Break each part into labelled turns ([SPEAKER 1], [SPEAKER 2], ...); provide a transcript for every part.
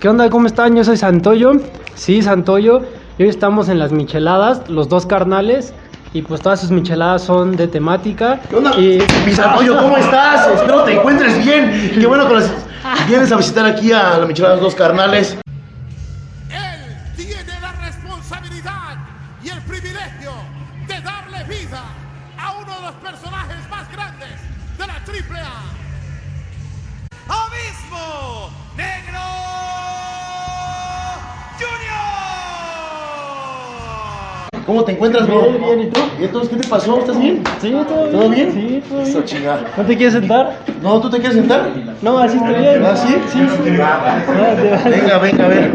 [SPEAKER 1] ¿Qué onda? ¿Cómo están? Yo soy Santoyo. Sí, Santoyo. Y hoy estamos en las micheladas, los dos carnales. Y pues todas sus micheladas son de temática.
[SPEAKER 2] ¿Qué onda?
[SPEAKER 1] Y...
[SPEAKER 2] Mi Santoyo, ¿cómo estás? Espero te encuentres bien. Qué bueno que nos vienes a visitar aquí a la Michelada de los Dos Carnales.
[SPEAKER 3] Él tiene la responsabilidad y el privilegio de darle vida a uno de los personajes más grandes de la triple A. ¡Abismo Negro Junior!
[SPEAKER 2] ¿Cómo te encuentras, bro?
[SPEAKER 1] Bien, bien, ¿y tú?
[SPEAKER 2] ¿Y entonces qué te pasó? ¿Estás bien?
[SPEAKER 1] Sí, todo bien.
[SPEAKER 2] ¿Todo bien?
[SPEAKER 1] Sí, todo bien.
[SPEAKER 2] Eso, chingada.
[SPEAKER 1] ¿No te quieres sentar?
[SPEAKER 2] No, ¿tú te quieres sentar?
[SPEAKER 1] No, así estoy bien.
[SPEAKER 2] ¿Ah, sí?
[SPEAKER 1] Sí, sí. Ah, te vale.
[SPEAKER 2] Venga, venga, a ver.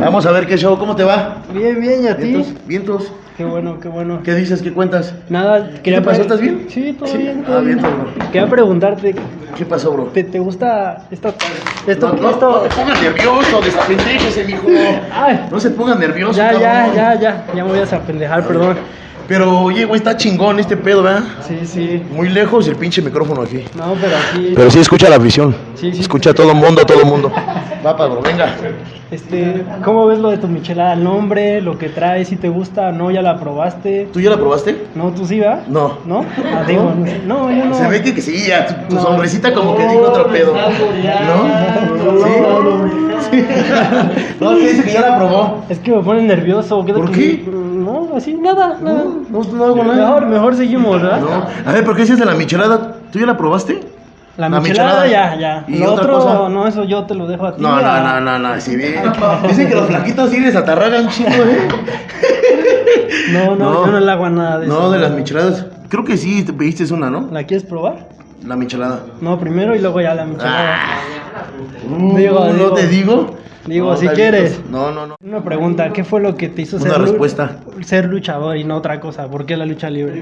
[SPEAKER 2] Vamos a ver qué show, ¿cómo te va?
[SPEAKER 1] Bien, bien, ¿y a ti?
[SPEAKER 2] ¿Vientos? ¿Vientos?
[SPEAKER 1] Qué bueno, qué bueno.
[SPEAKER 2] ¿Qué dices? ¿Qué cuentas?
[SPEAKER 1] Nada,
[SPEAKER 2] ¿Qué
[SPEAKER 1] quería
[SPEAKER 2] te pasó?
[SPEAKER 1] pre-
[SPEAKER 2] ¿Estás bien?
[SPEAKER 1] Sí, todo
[SPEAKER 2] Sí.
[SPEAKER 1] bien.
[SPEAKER 2] Ah,
[SPEAKER 1] todo
[SPEAKER 2] bien, todo bien.
[SPEAKER 1] Quería preguntarte,
[SPEAKER 2] ¿Qué pasó, bro?
[SPEAKER 1] ¿te, te gusta esta, esto?
[SPEAKER 2] No, no,
[SPEAKER 1] esto?
[SPEAKER 2] no te pongas nervioso, desapendéjese, mijo.
[SPEAKER 1] Ay.
[SPEAKER 2] No se ponga nervioso.
[SPEAKER 1] ya, ya,
[SPEAKER 2] cabrón.
[SPEAKER 1] ya, ya. Ya me voy a desapendejar, perdón.
[SPEAKER 2] Pero, oye, güey, está chingón este pedo, ¿verdad?
[SPEAKER 1] Sí, sí.
[SPEAKER 2] Muy lejos el pinche micrófono aquí.
[SPEAKER 1] No, pero aquí,
[SPEAKER 2] Pero sí escucha la visión.
[SPEAKER 1] Sí, sí.
[SPEAKER 2] Escucha a todo el mundo, a todo el mundo. Va, Pablo, venga.
[SPEAKER 1] este, ¿cómo ves lo de tu michelada? El nombre, lo que trae, si te gusta o no, ya la probaste.
[SPEAKER 2] ¿Tú ya la probaste?
[SPEAKER 1] No, tú sí, ¿verdad?
[SPEAKER 2] No.
[SPEAKER 1] ¿No? Ah, digo, no, yo no.
[SPEAKER 2] Se ve que, que sí, ya. Tu, tu
[SPEAKER 1] No.
[SPEAKER 2] sonrisita como que dijo otro pedo. ¿No? ¿Sí? ¿Sí? No, que dice que ya la probó.
[SPEAKER 1] Es que me pone nervioso. ¿qué tal
[SPEAKER 2] ¿Por
[SPEAKER 1] que-
[SPEAKER 2] qué?
[SPEAKER 1] No, así, nada, nada.
[SPEAKER 2] No, no, no hago nada.
[SPEAKER 1] Mejor, mejor seguimos, ¿verdad?
[SPEAKER 2] No. A ver, ¿por qué dices de la michelada? ¿Tú ya la probaste?
[SPEAKER 1] La
[SPEAKER 2] La
[SPEAKER 1] michelada,
[SPEAKER 2] michelada.
[SPEAKER 1] ya, ya.
[SPEAKER 2] ¿Y
[SPEAKER 1] lo
[SPEAKER 2] otra
[SPEAKER 1] otro,
[SPEAKER 2] cosa?
[SPEAKER 1] no, eso yo te lo dejo a ti.
[SPEAKER 2] No, no,
[SPEAKER 1] a-
[SPEAKER 2] no, no, no, sí, bien. Dicen que los flaquitos sí les atarragan chido, ¿eh?
[SPEAKER 1] No, no,
[SPEAKER 2] No.
[SPEAKER 1] yo no le hago a nada de eso.
[SPEAKER 2] No, de las micheladas. Creo que sí, te pediste una, ¿no?
[SPEAKER 1] ¿La quieres probar?
[SPEAKER 2] La michelada.
[SPEAKER 1] No, primero y luego ya la michelada.
[SPEAKER 2] Ah. Uh,
[SPEAKER 1] Digo,
[SPEAKER 2] ¿No
[SPEAKER 1] digo.
[SPEAKER 2] te digo?
[SPEAKER 1] Digo,
[SPEAKER 2] No,
[SPEAKER 1] si
[SPEAKER 2] Daviditos.
[SPEAKER 1] quieres.
[SPEAKER 2] No, no, no.
[SPEAKER 1] Una pregunta, ¿qué fue lo que te hizo
[SPEAKER 2] Una
[SPEAKER 1] ser, lu-
[SPEAKER 2] respuesta.
[SPEAKER 1] ser luchador y no otra cosa? ¿Por qué la lucha libre?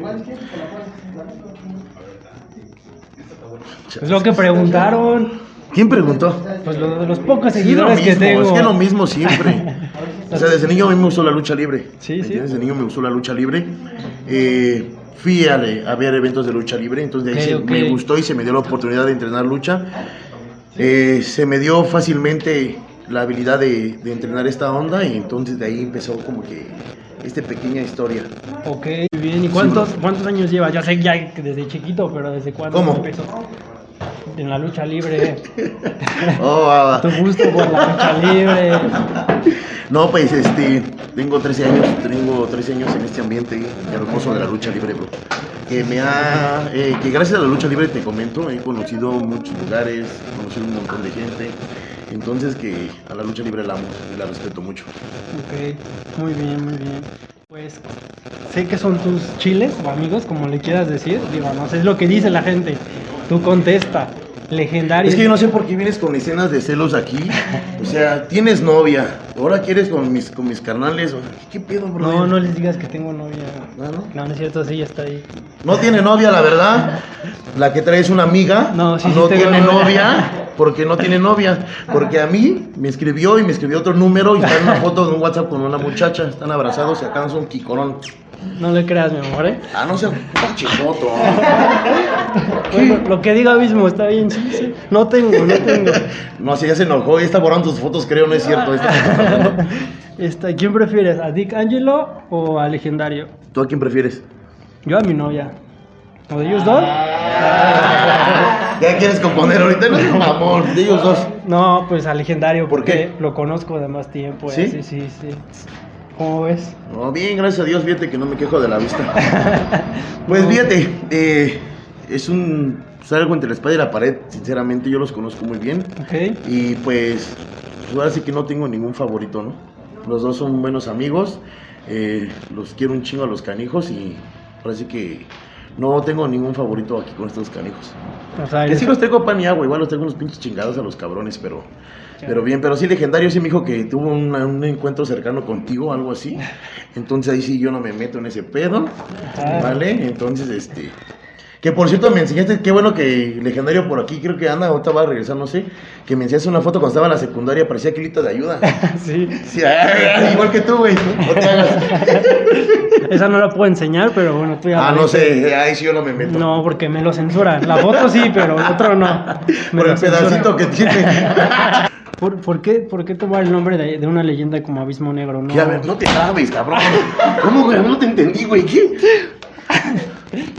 [SPEAKER 1] Es Pues lo que preguntaron,
[SPEAKER 2] ¿Quién preguntó?
[SPEAKER 1] pues lo de los pocos
[SPEAKER 2] Sí, lo
[SPEAKER 1] seguidores
[SPEAKER 2] mismo,
[SPEAKER 1] que tengo.
[SPEAKER 2] es que es lo mismo siempre. o sea, desde niño a mí me gustó la lucha libre.
[SPEAKER 1] Sí,
[SPEAKER 2] ¿me
[SPEAKER 1] sí.
[SPEAKER 2] entiendes? Desde niño me gustó la lucha libre. Eh, fui a, le- a ver eventos de lucha libre, entonces de ahí
[SPEAKER 1] Ok,
[SPEAKER 2] se-
[SPEAKER 1] ok.
[SPEAKER 2] me gustó y se me dio la oportunidad de entrenar lucha. Eh, se me dio fácilmente la habilidad de, de entrenar esta onda y entonces de ahí empezó como que esta pequeña historia.
[SPEAKER 1] Ok, muy bien. ¿Y cuántos, cuántos años llevas? Ya sé ya que desde chiquito, pero ¿desde cuándo
[SPEAKER 2] ¿Cómo?
[SPEAKER 1] empezó? En la lucha libre.
[SPEAKER 2] Oh, ah,
[SPEAKER 1] tu gusto por la lucha libre.
[SPEAKER 2] No, pues este, tengo 13 años, tengo 13 años en este ambiente hermoso de la lucha libre, bro. Que me ha, eh, que gracias a la lucha libre te comento, he conocido muchos lugares, he conocido un montón de gente. Entonces que a la lucha libre la amo y la respeto mucho.
[SPEAKER 1] Ok, muy bien, muy bien. Pues sé que son tus chiles o amigos, como le quieras decir. Digo, no sé, es lo que dice la gente. Tú contesta. Legendario.
[SPEAKER 2] Es que yo no sé por qué vienes con escenas de celos aquí. O sea, tienes novia, ahora quieres con mis, con mis carnales. o- ¿Qué pedo, bro?
[SPEAKER 1] no, no les digas que tengo novia.
[SPEAKER 2] Ah, ¿no?
[SPEAKER 1] No, no es cierto, sí, ya está ahí.
[SPEAKER 2] No tiene novia, la verdad. La que trae es una amiga.
[SPEAKER 1] No, sí, sí tengo
[SPEAKER 2] tiene
[SPEAKER 1] novia.
[SPEAKER 2] novia. Porque no tiene novia. Porque a mí me escribió y me escribió otro número y está en una foto de un WhatsApp con una muchacha. Están abrazados y alcanza un quicorón.
[SPEAKER 1] No le creas, mi amor, ¿eh?
[SPEAKER 2] Ah, no seas chichoto.
[SPEAKER 1] Bueno, lo que diga mismo está bien, sí, sí. No tengo, no tengo.
[SPEAKER 2] No, si ya se enojó y está borrando sus fotos, creo, no es cierto. Está-
[SPEAKER 1] Este, ¿Quién prefieres, a Dick Angelo o a Legendario?
[SPEAKER 2] ¿Tú a quién prefieres?
[SPEAKER 1] Yo a mi novia. ¿O de ellos dos?
[SPEAKER 2] Ah, ¿Ya quieres componer ahorita? No seas mamón. De ellos dos.
[SPEAKER 1] No, pues a Legendario,
[SPEAKER 2] ¿Por
[SPEAKER 1] porque
[SPEAKER 2] qué?
[SPEAKER 1] lo conozco de más tiempo. eh,
[SPEAKER 2] ¿Sí?
[SPEAKER 1] sí, sí, sí. ¿Cómo ves?
[SPEAKER 2] No, bien, gracias a Dios, fíjate que no me quejo de la vista. Pues
[SPEAKER 1] No.
[SPEAKER 2] fíjate, eh, es un es algo entre la espada y la pared, sinceramente yo los conozco muy bien.
[SPEAKER 1] Ok.
[SPEAKER 2] Y pues, pues ahora sí que no tengo ningún favorito, ¿no? Los dos son buenos amigos, eh, los quiero un chingo a los canijos y ahora sí que no tengo ningún favorito aquí con estos canijos.
[SPEAKER 1] O sea,
[SPEAKER 2] Que sí los tengo pan y agua, igual los tengo unos pinches chingados a los cabrones, pero, pero bien, pero sí legendario, sí me dijo que tuvo un, un encuentro cercano contigo, algo así. Entonces ahí sí yo no me meto en ese pedo,
[SPEAKER 1] Ah.
[SPEAKER 2] ¿vale? Entonces, este... Que por cierto me enseñaste, qué bueno que legendario por aquí, creo que Ana ahorita va a regresar, no sé, que me enseñaste una foto cuando estaba en la secundaria, parecía kilita de ayuda.
[SPEAKER 1] sí.
[SPEAKER 2] Sí, ay, ay, igual que tú, güey, no te hagas.
[SPEAKER 1] Esa no la puedo enseñar, pero bueno, tú ya.
[SPEAKER 2] Ah,
[SPEAKER 1] la
[SPEAKER 2] no
[SPEAKER 1] viste.
[SPEAKER 2] sé, ahí sí yo no me meto.
[SPEAKER 1] No, porque me lo censuran. La foto sí, pero el otro no. Me
[SPEAKER 2] Por
[SPEAKER 1] lo
[SPEAKER 2] el
[SPEAKER 1] censuran.
[SPEAKER 2] pedacito que tiene.
[SPEAKER 1] ¿Por, por qué, ¿Por qué tomar el nombre de, de una leyenda como Abismo Negro? No,
[SPEAKER 2] Que, a ver, no te sabes, cabrón. ¿Cómo, güey? No te entendí, güey. ¿Qué?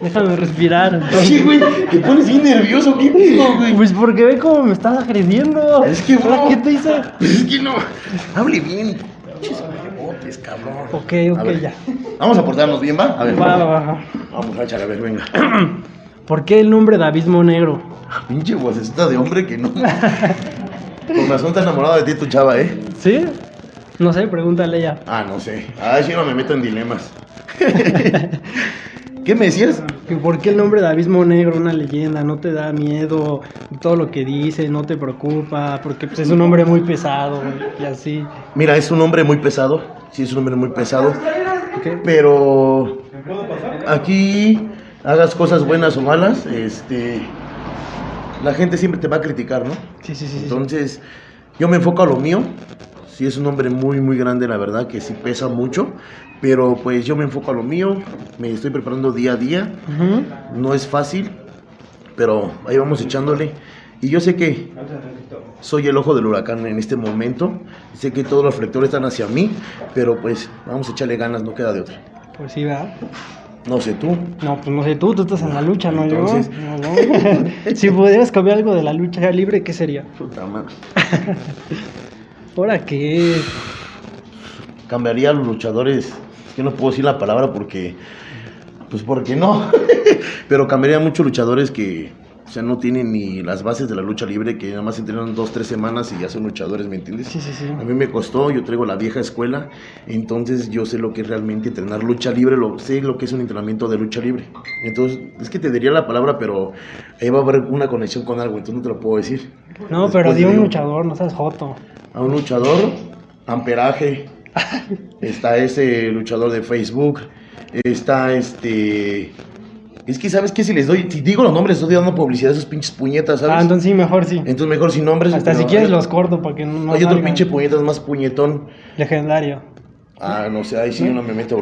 [SPEAKER 1] Déjame respirar.
[SPEAKER 2] Sí, güey. Te pones bien nervioso. ¿Qué pedo, güey?
[SPEAKER 1] Pues porque ve cómo me estás agrediendo.
[SPEAKER 2] Es que,
[SPEAKER 1] ¿Ahora
[SPEAKER 2] bro.
[SPEAKER 1] ¿Qué te hice?
[SPEAKER 2] Pues es que no. Hable bien. Pinches huevotes, cabrón.
[SPEAKER 1] Ok, ok,
[SPEAKER 2] A ver,
[SPEAKER 1] ya.
[SPEAKER 2] Vamos a portarnos bien, ¿va? A ver.
[SPEAKER 1] Va, va, va.
[SPEAKER 2] Vamos a echar, a ver, venga.
[SPEAKER 1] ¿Por qué el nombre de Abismo Negro?
[SPEAKER 2] Pinche vocecita de hombre que no. Con razón está enamorado de ti tu chava, ¿eh?
[SPEAKER 1] ¿Sí? No sé, pregúntale ya.
[SPEAKER 2] Ah, no sé. Ah, sí, no me meto en dilemas. ¿Qué me decías?
[SPEAKER 1] ¿Que ¿Por qué el nombre de Abismo Negro, una leyenda? ¿No te da miedo todo lo que dice? ¿No te preocupa? Porque pues, es un nombre muy pesado y así.
[SPEAKER 2] Mira, es un hombre muy pesado. Sí, es un hombre muy pesado.
[SPEAKER 1] Ok.
[SPEAKER 2] Pero aquí hagas cosas buenas o malas, este, la gente siempre te va a criticar, ¿no?
[SPEAKER 1] Sí, sí, sí. sí.
[SPEAKER 2] Entonces, yo me enfoco a lo mío. Sí, es un hombre muy, muy grande, la verdad, que sí pesa mucho. Pero pues yo me enfoco a lo mío, me estoy preparando día a día.
[SPEAKER 1] Ujú.
[SPEAKER 2] No es fácil, pero ahí vamos echándole. Y yo sé que soy el ojo del huracán en este momento. Sé que todos los reflectores están hacia mí, pero pues vamos a echarle ganas, no queda de otra.
[SPEAKER 1] Pues sí, ¿verdad?
[SPEAKER 2] No sé tú.
[SPEAKER 1] No, pues no sé, tú, tú estás en la lucha, ¿no?
[SPEAKER 2] Entonces-
[SPEAKER 1] Yo. No, no. si pudieras cambiar algo de la lucha libre, ¿qué sería?
[SPEAKER 2] Puta madre.
[SPEAKER 1] ¿Ahora qué?
[SPEAKER 2] Cambiaría a los luchadores. Es que no puedo decir la palabra porque. Pues porque no. pero cambiaría a muchos luchadores que. O sea, no tienen ni las bases de la lucha libre, que nada más entrenan dos, tres semanas y ya son luchadores, ¿me entiendes?
[SPEAKER 1] Sí, sí, sí.
[SPEAKER 2] A mí me costó, yo traigo la vieja escuela, entonces yo sé lo que es realmente entrenar lucha libre, lo, sé lo que es un entrenamiento de lucha libre. Entonces, es que te diría la palabra, pero ahí va a haber una conexión con algo, entonces no te lo puedo decir.
[SPEAKER 1] No,
[SPEAKER 2] Después
[SPEAKER 1] pero di
[SPEAKER 2] te
[SPEAKER 1] un
[SPEAKER 2] digo.
[SPEAKER 1] luchador, no seas joto.
[SPEAKER 2] A un luchador, amperaje, está ese luchador de Facebook, está este... Es que, ¿sabes qué? Si les doy, si digo los nombres, estoy dando publicidad a esos pinches puñetas, ¿sabes?
[SPEAKER 1] Ah, entonces sí, mejor sí.
[SPEAKER 2] Entonces, mejor sin nombres.
[SPEAKER 1] Hasta si
[SPEAKER 2] pero
[SPEAKER 1] quieres
[SPEAKER 2] hay-
[SPEAKER 1] los corto para que no, no
[SPEAKER 2] Hay otro
[SPEAKER 1] salgan.
[SPEAKER 2] pinche puñetas más puñetón.
[SPEAKER 1] Legendario.
[SPEAKER 2] Ah, no sé, ahí sí yo no me meto.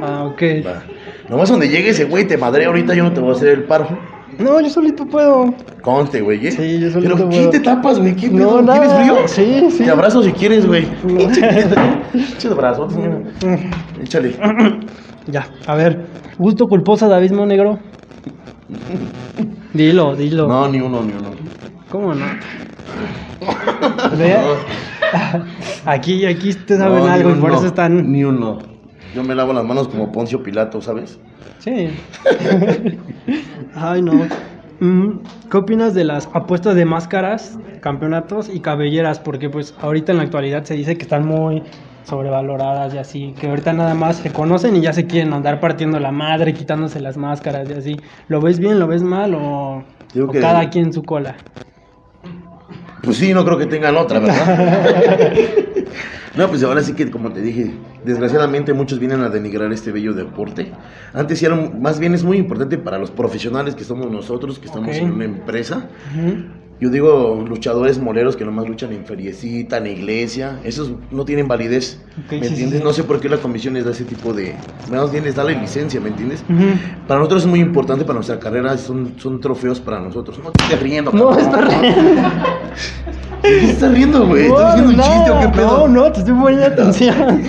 [SPEAKER 1] Ah, ok.
[SPEAKER 2] Va. Nomás donde llegue ese güey, te madre ahorita, yo no te voy a hacer el paro.
[SPEAKER 1] No, yo solito puedo.
[SPEAKER 2] Conste, güey, ¿eh?
[SPEAKER 1] Sí, yo solito
[SPEAKER 2] Pero ¿qué
[SPEAKER 1] puedo.
[SPEAKER 2] te tapas, güey? ¿Qué
[SPEAKER 1] No,
[SPEAKER 2] pedo? ¿Tienes
[SPEAKER 1] nada.
[SPEAKER 2] frío?
[SPEAKER 1] Sí, sí.
[SPEAKER 2] Te abrazo si quieres, güey.
[SPEAKER 1] No.
[SPEAKER 2] Pinches brazos, Échale.
[SPEAKER 1] Ya, a ver. Gusto culposa de Abismo Negro. Dilo, dilo.
[SPEAKER 2] No, ni uno, ni uno.
[SPEAKER 1] ¿Cómo no? Pues Vea. Aquí, aquí ustedes saben
[SPEAKER 2] No,
[SPEAKER 1] algo
[SPEAKER 2] ni
[SPEAKER 1] y por
[SPEAKER 2] uno,
[SPEAKER 1] eso están.
[SPEAKER 2] Ni uno. Yo me lavo las manos como Poncio Pilato, ¿sabes?
[SPEAKER 1] Sí. Ay, no. Mm, ¿Qué opinas de las apuestas de máscaras, campeonatos y cabelleras? Porque pues ahorita en la actualidad se dice que están muy sobrevaloradas y así, que ahorita nada más se conocen y ya se quieren andar partiendo la madre, quitándose las máscaras y así. ¿Lo ves bien, lo ves mal o,
[SPEAKER 2] Digo
[SPEAKER 1] o
[SPEAKER 2] que-
[SPEAKER 1] cada quien su cola?
[SPEAKER 2] Pues sí, no creo que tengan otra, ¿verdad? No, pues ahora sí que, como te dije, desgraciadamente muchos vienen a denigrar este bello deporte. Antes sí era, un- más bien es muy importante para los profesionales que somos nosotros, que estamos
[SPEAKER 1] Ok.
[SPEAKER 2] en una empresa.
[SPEAKER 1] Ujú.
[SPEAKER 2] Yo digo luchadores moleros que nomás luchan en feriecita, en iglesia. Esos no tienen validez,
[SPEAKER 1] Ok, sí,
[SPEAKER 2] ¿me
[SPEAKER 1] sí,
[SPEAKER 2] entiendes?
[SPEAKER 1] sí.
[SPEAKER 2] No sé por qué la comisión les da ese tipo de... Menos bien les da la licencia, ¿me entiendes?
[SPEAKER 1] Ujú.
[SPEAKER 2] Para nosotros es muy importante, para nuestra carrera, son, son trofeos para nosotros. No te estés riendo.
[SPEAKER 1] No,
[SPEAKER 2] cabrón.
[SPEAKER 1] está riendo.
[SPEAKER 2] ¿Por qué estás riendo, güey?
[SPEAKER 1] No,
[SPEAKER 2] ¿Estás haciendo un chiste o qué pedo?
[SPEAKER 1] No, no, te estoy poniendo atención.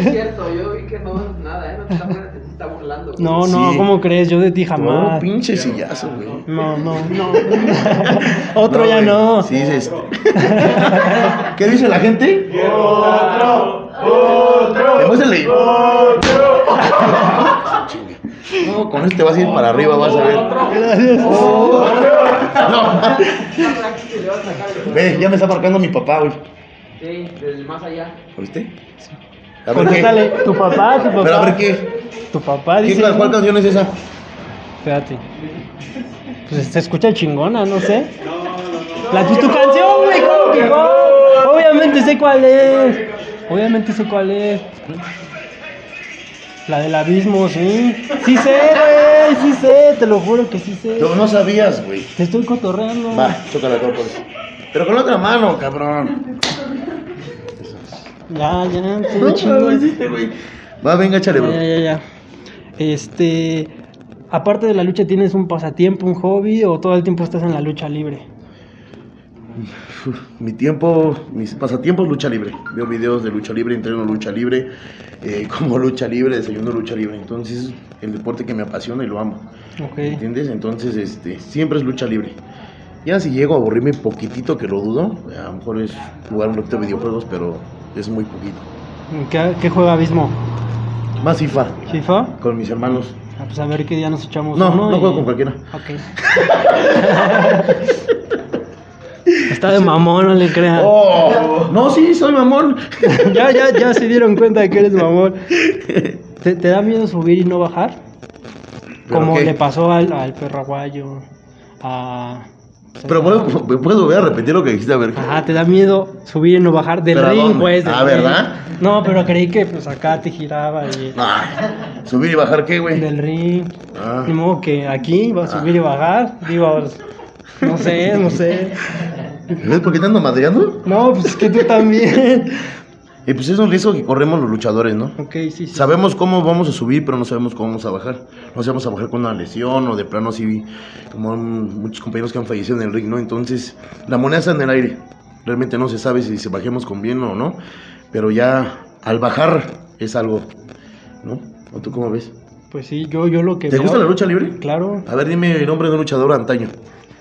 [SPEAKER 4] Es cierto, yo vi que no es nada, ¿eh? No te está, burla- te está burlando. güey.
[SPEAKER 1] No, no,
[SPEAKER 2] Sí.
[SPEAKER 1] ¿cómo crees? Yo de ti
[SPEAKER 2] No,
[SPEAKER 1] jamás.
[SPEAKER 2] pinche sillazo, güey.
[SPEAKER 1] No, no, no. Otro ya
[SPEAKER 2] güey.
[SPEAKER 1] no.
[SPEAKER 2] Sí, es este. ¿Qué dice la gente? Otro, otro. No, con este vas a ir para arriba, vas a ver.
[SPEAKER 1] Gracias.
[SPEAKER 2] No.
[SPEAKER 4] Está tranqui que le vas a sacar el-
[SPEAKER 2] Ve, ya me está marcando mi papá, güey.
[SPEAKER 4] Sí, desde más allá.
[SPEAKER 2] ¿Oíste? A ver
[SPEAKER 1] Contéstale,
[SPEAKER 2] qué.
[SPEAKER 1] tu papá, tu papá.
[SPEAKER 2] Pero a ver qué.
[SPEAKER 1] Tu papá
[SPEAKER 2] ¿Qué,
[SPEAKER 1] dice.
[SPEAKER 2] cuál, cuál canción es esa?
[SPEAKER 1] Espérate. Pues se escucha chingona, no sé. La tu, tu canción, güey, ¿cómo que no? Obviamente sé cuál es. Obviamente sé cuál es. La del abismo, sí. Sí sé, güey, sí sé, te lo juro que sí sé.
[SPEAKER 2] No, no sabías, güey.
[SPEAKER 1] Te estoy cotorreando.
[SPEAKER 2] Va, tócala con Pero con la otra mano, cabrón.
[SPEAKER 1] Ya, ya, te
[SPEAKER 2] No,
[SPEAKER 1] lo chingo.
[SPEAKER 2] lo hiciste, güey. Va, venga, échale,
[SPEAKER 1] Ya,
[SPEAKER 2] bro.
[SPEAKER 1] ya, ya, ya. Este. Aparte de la lucha, ¿tienes un pasatiempo, un hobby o todo el tiempo estás en la lucha libre?
[SPEAKER 2] Pues, mi tiempo, mis pasatiempos, lucha libre. Veo videos de lucha libre, entreno lucha libre, eh, como lucha libre, desayuno lucha libre. Entonces, el deporte que me apasiona y lo amo.
[SPEAKER 1] Ok.
[SPEAKER 2] ¿Entiendes? Entonces, este, siempre es lucha libre. Ya si llego a aburrirme poquitito, que lo dudo, a lo mejor es jugar un ratito de videojuegos, pero es muy poquito.
[SPEAKER 1] ¿Qué, qué juega Abismo?
[SPEAKER 2] Más FIFA,
[SPEAKER 1] ¿FIFA?
[SPEAKER 2] con mis hermanos.
[SPEAKER 1] Ah, pues a ver qué día nos echamos.
[SPEAKER 2] No,
[SPEAKER 1] uno
[SPEAKER 2] no
[SPEAKER 1] y-
[SPEAKER 2] juego con cualquiera.
[SPEAKER 1] Ok. Está de mamón, no le crean.
[SPEAKER 2] ¡Oh! No, sí, soy mamón.
[SPEAKER 1] Ya, ya, ya se dieron cuenta de que eres mamón. ¿Te, te da miedo subir y no bajar?
[SPEAKER 2] ¿Pero
[SPEAKER 1] Como
[SPEAKER 2] qué?
[SPEAKER 1] le pasó al, al perro aguayo, a...
[SPEAKER 2] Pero puedo, puedo voy a repetir lo que dijiste, a ver.
[SPEAKER 1] Ajá, te da miedo subir y no bajar del
[SPEAKER 2] ¿Pero a
[SPEAKER 1] ring,
[SPEAKER 2] dónde?
[SPEAKER 1] pues. del
[SPEAKER 2] Ah, ¿verdad?
[SPEAKER 1] ring. No, pero creí que pues acá te giraba y...
[SPEAKER 2] Ah, subir y bajar, ¿qué, güey?
[SPEAKER 1] Del ring.
[SPEAKER 2] Ah.
[SPEAKER 1] Ni modo que aquí va a subir y bajar. Digo, no sé, no sé.
[SPEAKER 2] ¿Ves por qué te ando madreando?
[SPEAKER 1] No, pues que tú también.
[SPEAKER 2] Y pues es un riesgo que corremos los luchadores, ¿no?
[SPEAKER 1] ok, sí, sí.
[SPEAKER 2] Sabemos cómo vamos a subir, pero no sabemos cómo vamos a bajar. No sabemos a bajar con una lesión o de plano así, como han- muchos compañeros que han fallecido en el ring, ¿no? Entonces, la moneda está en el aire. Realmente no se sabe si se bajemos con bien o no, pero ya al bajar es algo, ¿no? ¿O tú cómo ves?
[SPEAKER 1] Pues sí, yo, yo lo que
[SPEAKER 2] ¿Te
[SPEAKER 1] veo-
[SPEAKER 2] gusta la lucha libre?
[SPEAKER 1] Claro.
[SPEAKER 2] A ver, dime el nombre de un luchador antaño.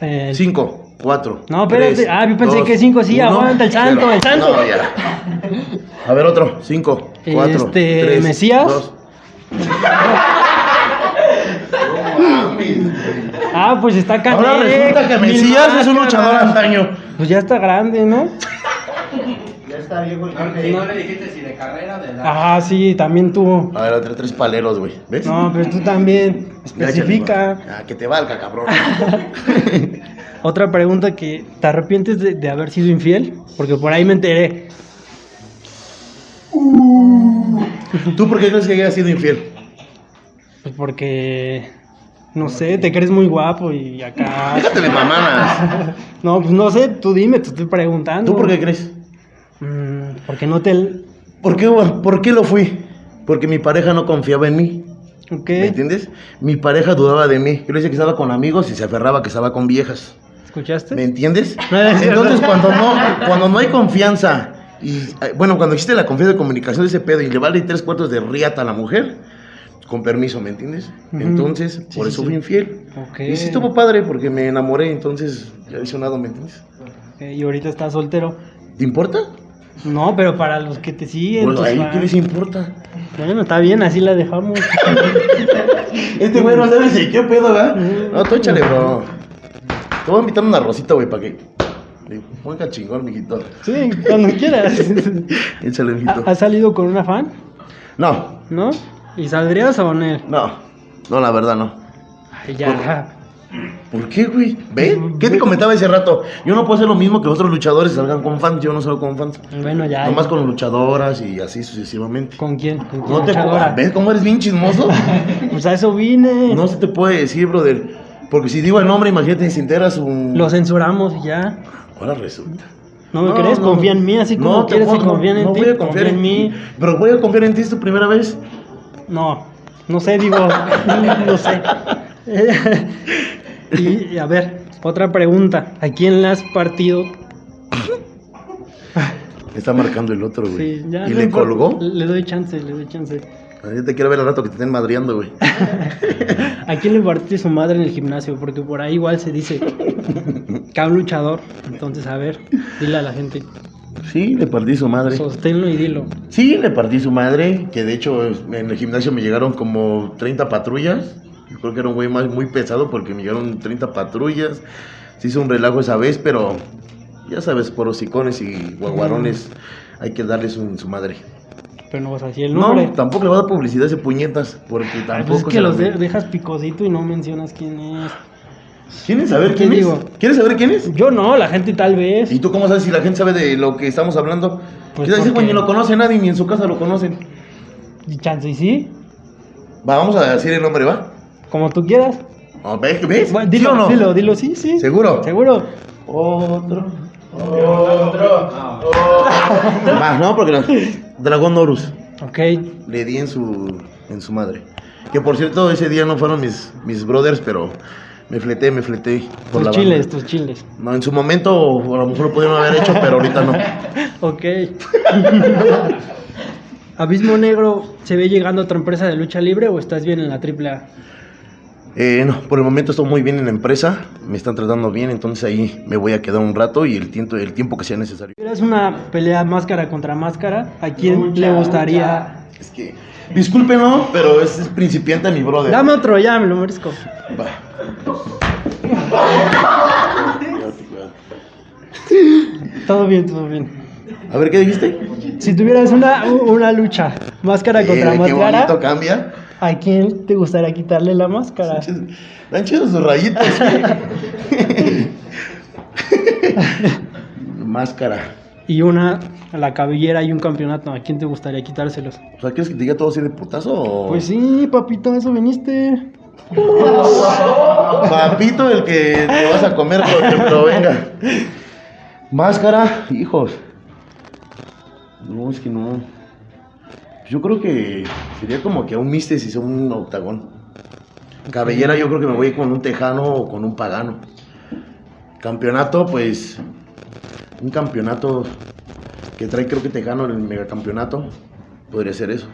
[SPEAKER 1] Eh,
[SPEAKER 2] Cinco, cuatro.
[SPEAKER 1] No, espérate. Ah, yo pensé que cinco, sí, aguanta, el santo,
[SPEAKER 2] cero.
[SPEAKER 1] el santo.
[SPEAKER 2] No, ya. A ver, otro. Cinco, cuatro.
[SPEAKER 1] Este,
[SPEAKER 2] tres,
[SPEAKER 1] ¿Mesías?
[SPEAKER 2] dos.
[SPEAKER 1] Ah, pues está Canelo.
[SPEAKER 2] Ahora resulta que
[SPEAKER 1] Mil
[SPEAKER 2] Mesías es un
[SPEAKER 1] máscaras.
[SPEAKER 2] luchador antaño.
[SPEAKER 1] Pues ya está grande, ¿no?
[SPEAKER 4] No le dijiste si de carrera o de edad.
[SPEAKER 1] Ajá, sí, también tú.
[SPEAKER 2] A ver, otro, tres paleros, güey. ¿Ves?
[SPEAKER 1] No, pero tú también.
[SPEAKER 2] Ya,
[SPEAKER 1] Especifica.
[SPEAKER 2] chale, va. Ah, que te valga, cabrón.
[SPEAKER 1] Otra pregunta que ¿te arrepientes de, de haber sido infiel? Porque por ahí me enteré.
[SPEAKER 2] ¿Tú por qué crees que hayas sido infiel?
[SPEAKER 1] Pues porque no sé, te crees muy guapo y acá.
[SPEAKER 2] Déjate de mamadas.
[SPEAKER 1] No, pues no sé, tú dime, te estoy preguntando.
[SPEAKER 2] ¿Tú por qué crees?
[SPEAKER 1] Mm, porque no te
[SPEAKER 2] ¿Por qué, ¿Por qué lo fui? Porque mi pareja no confiaba en mí.
[SPEAKER 1] Ok.
[SPEAKER 2] ¿Me entiendes? Mi pareja dudaba de mí. Yo le decía que estaba con amigos y se aferraba que estaba con viejas.
[SPEAKER 1] ¿Escuchaste?
[SPEAKER 2] ¿Me entiendes?
[SPEAKER 1] No, no es cierto.
[SPEAKER 2] Entonces, cuando no, cuando no hay confianza, y eh, bueno, cuando existe la confianza de comunicación de ese pedo y le vale tres cuartos de riata a la mujer, con permiso, ¿me entiendes?
[SPEAKER 1] Ujú.
[SPEAKER 2] Entonces,
[SPEAKER 1] Sí,
[SPEAKER 2] por
[SPEAKER 1] sí,
[SPEAKER 2] eso
[SPEAKER 1] sí.
[SPEAKER 2] fui infiel.
[SPEAKER 1] Ok.
[SPEAKER 2] Y sí estuvo padre porque me enamoré, entonces ya hice un lado, ¿me entiendes?
[SPEAKER 1] Ok, Y ahorita estás soltero.
[SPEAKER 2] ¿Te importa?
[SPEAKER 1] No, pero para los que te siguen.
[SPEAKER 2] Bueno,
[SPEAKER 1] tus
[SPEAKER 2] ahí,
[SPEAKER 1] fans.
[SPEAKER 2] ¿qué les importa?
[SPEAKER 1] Bueno, está bien, así la dejamos.
[SPEAKER 2] Este güey no sabe si qué pedo, ¿verdad? No, tú échale, bro. Te voy a invitar una rosita, güey, para que. Le Ponga chingón, mijito.
[SPEAKER 1] Sí, cuando quieras.
[SPEAKER 2] Échale, mijito.
[SPEAKER 1] ¿Ha- ¿Has salido con una fan?
[SPEAKER 2] No,
[SPEAKER 1] ¿No? ¿Y saldrías o con él?
[SPEAKER 2] no. No, la verdad, no.
[SPEAKER 1] Ay, ya.
[SPEAKER 2] ¿Por qué, güey? ¿Ve? ¿Qué te comentaba ese rato? Yo no puedo hacer lo mismo que otros luchadores salgan con fans. Yo no salgo con fans.
[SPEAKER 1] Bueno, ya.
[SPEAKER 2] Nomás con luchadoras y así sucesivamente.
[SPEAKER 1] ¿Con quién? ¿Con quién
[SPEAKER 2] No te
[SPEAKER 1] luchadora?
[SPEAKER 2] ¿Ves cómo eres bien chismoso?
[SPEAKER 1] Pues a eso vine.
[SPEAKER 2] No se te puede decir, brother. Porque si digo el nombre, imagínate, se entera su.
[SPEAKER 1] Lo censuramos y ya.
[SPEAKER 2] Ahora resulta.
[SPEAKER 1] ¿No me crees? Confía en mí, así como
[SPEAKER 2] te
[SPEAKER 1] quieres,
[SPEAKER 2] voy-
[SPEAKER 1] si confían en
[SPEAKER 2] no
[SPEAKER 1] ti,
[SPEAKER 2] voy a confiar en, mí. Pero voy a confiar en ti, es tu primera vez.
[SPEAKER 1] No, no sé, digo, no sé. Eh, y, y a ver, otra pregunta. ¿A quién le has partido?
[SPEAKER 2] Está marcando el otro, güey.
[SPEAKER 1] Sí, ya,
[SPEAKER 2] y
[SPEAKER 1] no
[SPEAKER 2] le
[SPEAKER 1] importa.
[SPEAKER 2] colgó.
[SPEAKER 1] Le doy chance, le doy chance.
[SPEAKER 2] Yo te quiero ver al rato que te estén madreando, güey.
[SPEAKER 1] ¿A quién le partiste su madre en el gimnasio? Porque por ahí igual se dice que a un luchador. Entonces, a ver, dile a la gente.
[SPEAKER 2] Sí, le partí su madre.
[SPEAKER 1] Sosténlo y dilo.
[SPEAKER 2] Sí, le partí su madre, que de hecho en el gimnasio me llegaron como 30 patrullas. Yo creo que era un güey más muy pesado porque me llegaron 30 patrullas. Se hizo un relajo esa vez, pero ya sabes, por hocicones y guaguarones hay que darles un- su madre.
[SPEAKER 1] Pero no vas a decir el nombre.
[SPEAKER 2] No, tampoco le va a dar publicidad a ese puñetas, porque
[SPEAKER 1] Ay,
[SPEAKER 2] tampoco
[SPEAKER 1] pues es que
[SPEAKER 2] se la
[SPEAKER 1] los de-
[SPEAKER 2] ve.
[SPEAKER 1] dejas picosito y no mencionas quién es.
[SPEAKER 2] ¿Quieren saber
[SPEAKER 1] ¿Qué
[SPEAKER 2] quién
[SPEAKER 1] digo?
[SPEAKER 2] es? ¿Quieren saber quién es?
[SPEAKER 1] Yo no, la gente tal vez.
[SPEAKER 2] ¿Y tú cómo sabes si la gente sabe de lo que estamos hablando?
[SPEAKER 1] Pues
[SPEAKER 2] Quizás ese güey
[SPEAKER 1] porque-
[SPEAKER 2] ni lo conoce nadie, ni en su casa lo conocen.
[SPEAKER 1] Y chance, y sí,
[SPEAKER 2] Va, vamos a decir el nombre, ¿va?
[SPEAKER 1] como tú quieras.
[SPEAKER 2] Ah, ¿Ves? ¿Ves?
[SPEAKER 1] Bueno,
[SPEAKER 2] ¿Sí
[SPEAKER 1] dilo,
[SPEAKER 2] o no?
[SPEAKER 1] dilo, dilo, sí, sí.
[SPEAKER 2] ¿Seguro?
[SPEAKER 1] Seguro.
[SPEAKER 2] Otro. Otro. Más, ¿no? Porque la- Dragón Horus
[SPEAKER 1] Ok.
[SPEAKER 2] le di en su en su madre. Que por cierto, ese día no fueron mis, mis brothers, pero Me fleté, me fleté. por
[SPEAKER 1] Tus
[SPEAKER 2] la
[SPEAKER 1] chiles,
[SPEAKER 2] banda.
[SPEAKER 1] tus chiles.
[SPEAKER 2] No, en su momento a lo mejor lo pudieron haber hecho, pero ahorita no.
[SPEAKER 1] Ok. Abismo Negro, ¿se ve llegando a otra empresa de lucha libre o estás bien en la AAA?
[SPEAKER 2] Eh, no, por el momento estoy muy bien en la empresa, me están tratando bien, entonces ahí me voy a quedar un rato y el tiempo, el tiempo que sea necesario.
[SPEAKER 1] Si Eres una pelea máscara contra máscara, ¿a quién
[SPEAKER 4] Lucha,
[SPEAKER 1] le gustaría?
[SPEAKER 4] lucha.
[SPEAKER 2] Es que, discúlpenlo, pero es, es principiante mi brother.
[SPEAKER 1] Dame otro, ya me lo merezco.
[SPEAKER 2] Va. Cuídate, cuídate.
[SPEAKER 1] Todo bien, todo bien.
[SPEAKER 2] A ver, ¿qué dijiste?
[SPEAKER 1] Si tuvieras una, u- una lucha, máscara contra
[SPEAKER 2] Eh, qué bonito
[SPEAKER 1] máscara,
[SPEAKER 2] cambia.
[SPEAKER 1] ¿a quién te gustaría quitarle la máscara?
[SPEAKER 2] Están chidos sus rayitos. Máscara.
[SPEAKER 1] Y una, a la cabellera y un campeonato, ¿a quién te gustaría quitárselos?
[SPEAKER 2] O sea, ¿quieres que te diga todo así de putazo o...?
[SPEAKER 1] Pues sí, papito, a eso viniste.
[SPEAKER 2] Papito, el que te vas a comer por ejemplo, venga. Máscara, hijos. No, es que no. Yo creo que sería como que un miste si son un octagón. Cabellera, yo creo que me voy con un tejano o con un pagano. Campeonato, pues. Un campeonato que trae, creo que tejano en el megacampeonato. Podría ser eso.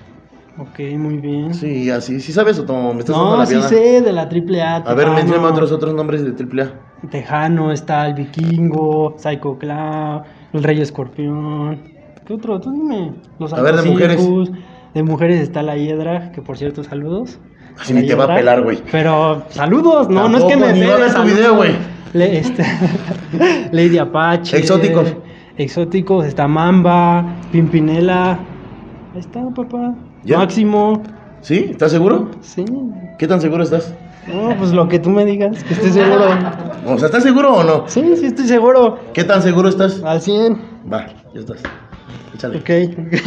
[SPEAKER 1] Ok, muy bien.
[SPEAKER 2] Sí, así. Sí sabes, o no? me estás dando
[SPEAKER 1] No,
[SPEAKER 2] la
[SPEAKER 1] sí
[SPEAKER 2] viada?
[SPEAKER 1] sé, Ah, de la AAA.
[SPEAKER 2] A ver,
[SPEAKER 1] Tejano.
[SPEAKER 2] mencióname otros, otros nombres de AAA.
[SPEAKER 1] Tejano, está el vikingo, Psycho Clown, el rey escorpión. ¿Qué otro? Tú dime. Los
[SPEAKER 2] A ver, de
[SPEAKER 1] Anticicus. De mujeres está la hiedra, que por cierto, saludos.
[SPEAKER 2] Así
[SPEAKER 1] La
[SPEAKER 2] ni te va a
[SPEAKER 1] Hiedra.
[SPEAKER 2] pelar, güey.
[SPEAKER 1] Pero saludos, no, no es que
[SPEAKER 2] Tampoco,
[SPEAKER 1] me
[SPEAKER 2] ni va a
[SPEAKER 1] pele,
[SPEAKER 2] ver tu
[SPEAKER 1] saludos.
[SPEAKER 2] video, güey.
[SPEAKER 1] Le- este, Lady Apache.
[SPEAKER 2] Exóticos.
[SPEAKER 1] Exóticos, está Mamba, Pimpinela. Ahí está, papá.
[SPEAKER 2] Ya.
[SPEAKER 1] Máximo.
[SPEAKER 2] ¿Sí? ¿Estás seguro?
[SPEAKER 1] Sí.
[SPEAKER 2] ¿Qué tan seguro estás?
[SPEAKER 1] No, pues lo que tú me digas, que estoy seguro.
[SPEAKER 2] O sea, ¿estás seguro o no?
[SPEAKER 1] Sí, sí, estoy seguro.
[SPEAKER 2] ¿Qué tan seguro estás?
[SPEAKER 1] Al 100.
[SPEAKER 2] Va, ya estás. Échale.
[SPEAKER 1] Ok, ok.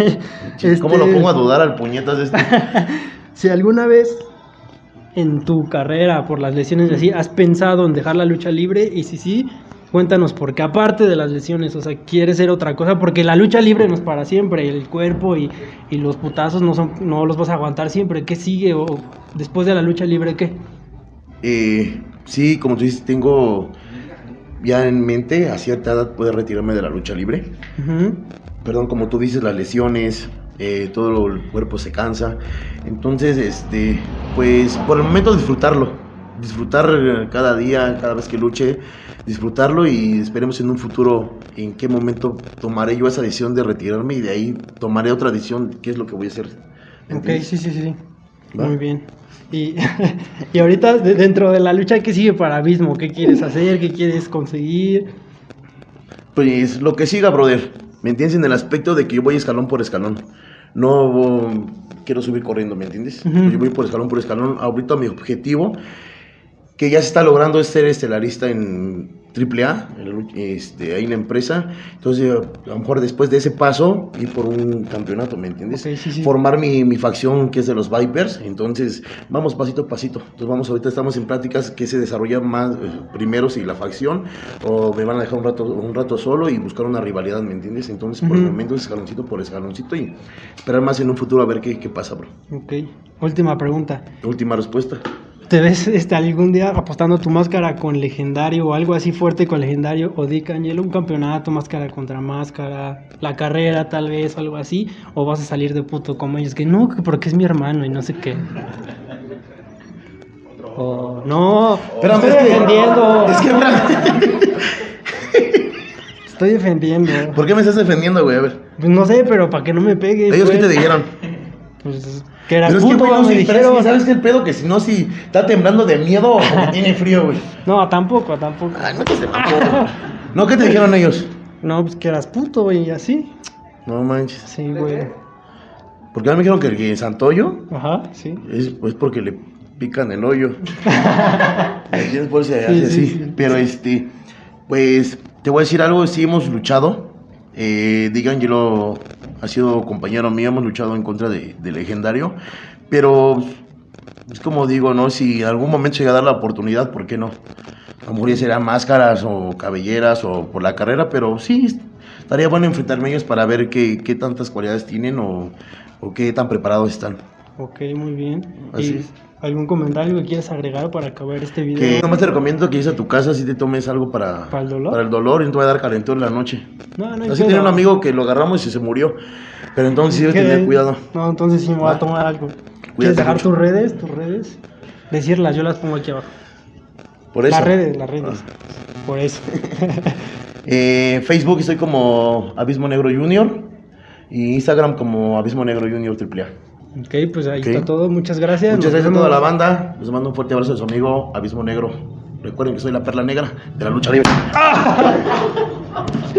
[SPEAKER 2] ¿Cómo
[SPEAKER 1] Este,
[SPEAKER 2] lo pongo a dudar al puñetas de este?
[SPEAKER 1] Si alguna vez en tu carrera, por las lesiones y así, has pensado en dejar la lucha libre y si sí, cuéntanos, porque aparte de las lesiones, o sea, quieres ser otra cosa, porque la lucha libre no es para siempre, el cuerpo y, y los putazos no, son, no los vas a aguantar siempre. ¿Qué sigue? O, después de la lucha libre, ¿qué?
[SPEAKER 2] Eh, sí, como tú dices, tengo ya en mente a cierta edad poder retirarme de la lucha libre.
[SPEAKER 1] Ujú.
[SPEAKER 2] Perdón, como tú dices, las lesiones, eh, todo lo- el cuerpo se cansa. Entonces, este, pues por el momento disfrutarlo. Disfrutar eh, cada día, cada vez que luche, disfrutarlo y esperemos en un futuro en qué momento tomaré yo esa decisión de retirarme y de ahí tomaré otra decisión, qué es lo que voy a hacer. ¿Me
[SPEAKER 1] Ok,
[SPEAKER 2] entiendes?
[SPEAKER 1] sí, sí, sí.
[SPEAKER 2] Va.
[SPEAKER 1] Muy bien. Y, y ahorita, de- dentro de la lucha, ¿qué sigue para Abismo? ¿Qué quieres hacer? ¿Qué quieres conseguir?
[SPEAKER 2] Pues lo que siga, brother. ¿Me entiendes? En el aspecto de que yo voy escalón por escalón. No um, quiero subir corriendo, ¿me entiendes?
[SPEAKER 1] Ujú.
[SPEAKER 2] Yo voy por escalón por escalón. Ahorita mi objetivo, que ya se está logrando, es ser estelarista en AAA, en la lucha- este, ahí en la empresa. Entonces, a lo mejor después de ese paso, ir por un campeonato, ¿me entiendes?
[SPEAKER 1] Ok, sí, sí.
[SPEAKER 2] Formar mi, mi facción, que es de los Vipers. Entonces, vamos pasito a pasito. Entonces, vamos, ahorita estamos en prácticas que se desarrolla más eh, primero si la facción o me van a dejar un rato, un rato solo y buscar una rivalidad, ¿me entiendes? Entonces, por el
[SPEAKER 1] Ujú.
[SPEAKER 2] momento, escaloncito por escaloncito y esperar más en un futuro a ver qué, qué pasa, bro.
[SPEAKER 1] Ok, última pregunta.
[SPEAKER 2] Última respuesta.
[SPEAKER 1] ¿Te ves este, algún día apostando tu máscara con legendario o algo así fuerte con legendario o Dick Angelo, un campeonato máscara contra máscara, la carrera tal vez, algo así? ¿O vas a salir de puto como ellos que no, que porque es mi hermano y no sé qué? O no,
[SPEAKER 2] Espérame,
[SPEAKER 1] estoy
[SPEAKER 2] es que-
[SPEAKER 1] defendiendo,
[SPEAKER 2] Es que, espérame,
[SPEAKER 1] estoy defendiendo.
[SPEAKER 2] ¿por qué me estás defendiendo, güey? A ver,
[SPEAKER 1] Pues no sé, pero para que no me pegues.
[SPEAKER 2] ellos qué
[SPEAKER 1] pues.
[SPEAKER 2] te dijeron.
[SPEAKER 1] Pues que era
[SPEAKER 2] Pero es que,
[SPEAKER 1] puto,
[SPEAKER 2] güey, no,
[SPEAKER 1] me
[SPEAKER 2] si- pero es que,
[SPEAKER 1] dijeron.
[SPEAKER 2] ¿sabes qué el pedo? Que si no, si está temblando de miedo o que tiene frío, güey.
[SPEAKER 1] No, tampoco, tampoco.
[SPEAKER 2] Ay, no, que se mamó. No, ¿qué te dijeron ellos?
[SPEAKER 1] No, pues que eras puto y así.
[SPEAKER 2] No manches.
[SPEAKER 1] Sí, güey.
[SPEAKER 2] Porque a mí me dijeron que el que Santoyo
[SPEAKER 1] Ajá, sí.
[SPEAKER 2] es pues, porque le pican el hoyo. ¿Me entiendes? Por eso se hace
[SPEAKER 1] Sí, sí,
[SPEAKER 2] así.
[SPEAKER 1] sí.
[SPEAKER 2] Pero este, pues te voy a decir algo, sí hemos luchado. Eh, D'Angelo ha sido compañero mío, hemos luchado en contra de, de legendario. Pero es como digo, ¿no? Si en algún momento llega a dar la oportunidad, ¿por qué no? A lo mejor ya serán máscaras o cabelleras o por la carrera, pero sí, estaría bueno enfrentarme a ellos para ver qué, qué tantas cualidades tienen o, o qué tan preparados están.
[SPEAKER 1] Ok, muy bien.
[SPEAKER 2] Así
[SPEAKER 1] y
[SPEAKER 2] es.
[SPEAKER 1] ¿Algún comentario que quieras agregar para acabar este video?
[SPEAKER 2] Que nomás te recomiendo que irse a tu casa si te tomes algo para,
[SPEAKER 1] ¿Para el dolor?
[SPEAKER 2] para el dolor y no te va a dar calentón en la noche.
[SPEAKER 1] No, no hay
[SPEAKER 2] Así
[SPEAKER 1] pedo.
[SPEAKER 2] tenía un amigo que lo agarramos y se murió. Pero entonces debes
[SPEAKER 1] ¿Qué?
[SPEAKER 2] tener cuidado.
[SPEAKER 1] No, entonces sí me voy a
[SPEAKER 2] Va.
[SPEAKER 1] tomar algo. ¿Quieres
[SPEAKER 2] Cuídate
[SPEAKER 1] dejar
[SPEAKER 2] mucho.
[SPEAKER 1] tus redes? ¿Tus redes? Decirlas, yo las pongo aquí abajo.
[SPEAKER 2] Por eso. Ah,
[SPEAKER 1] Las redes, las redes. Por eso.
[SPEAKER 2] Eh, Facebook estoy como Abismo Negro Junior. Y Instagram como Abismo Negro Junior AAA.
[SPEAKER 1] ok, pues ahí
[SPEAKER 2] Ok.
[SPEAKER 1] está todo. Muchas gracias.
[SPEAKER 2] Muchas
[SPEAKER 1] Nos
[SPEAKER 2] gracias a toda
[SPEAKER 1] vemos.
[SPEAKER 2] la banda. Les mando un fuerte abrazo a su amigo Abismo Negro. Recuerden que soy la perla negra de la lucha libre.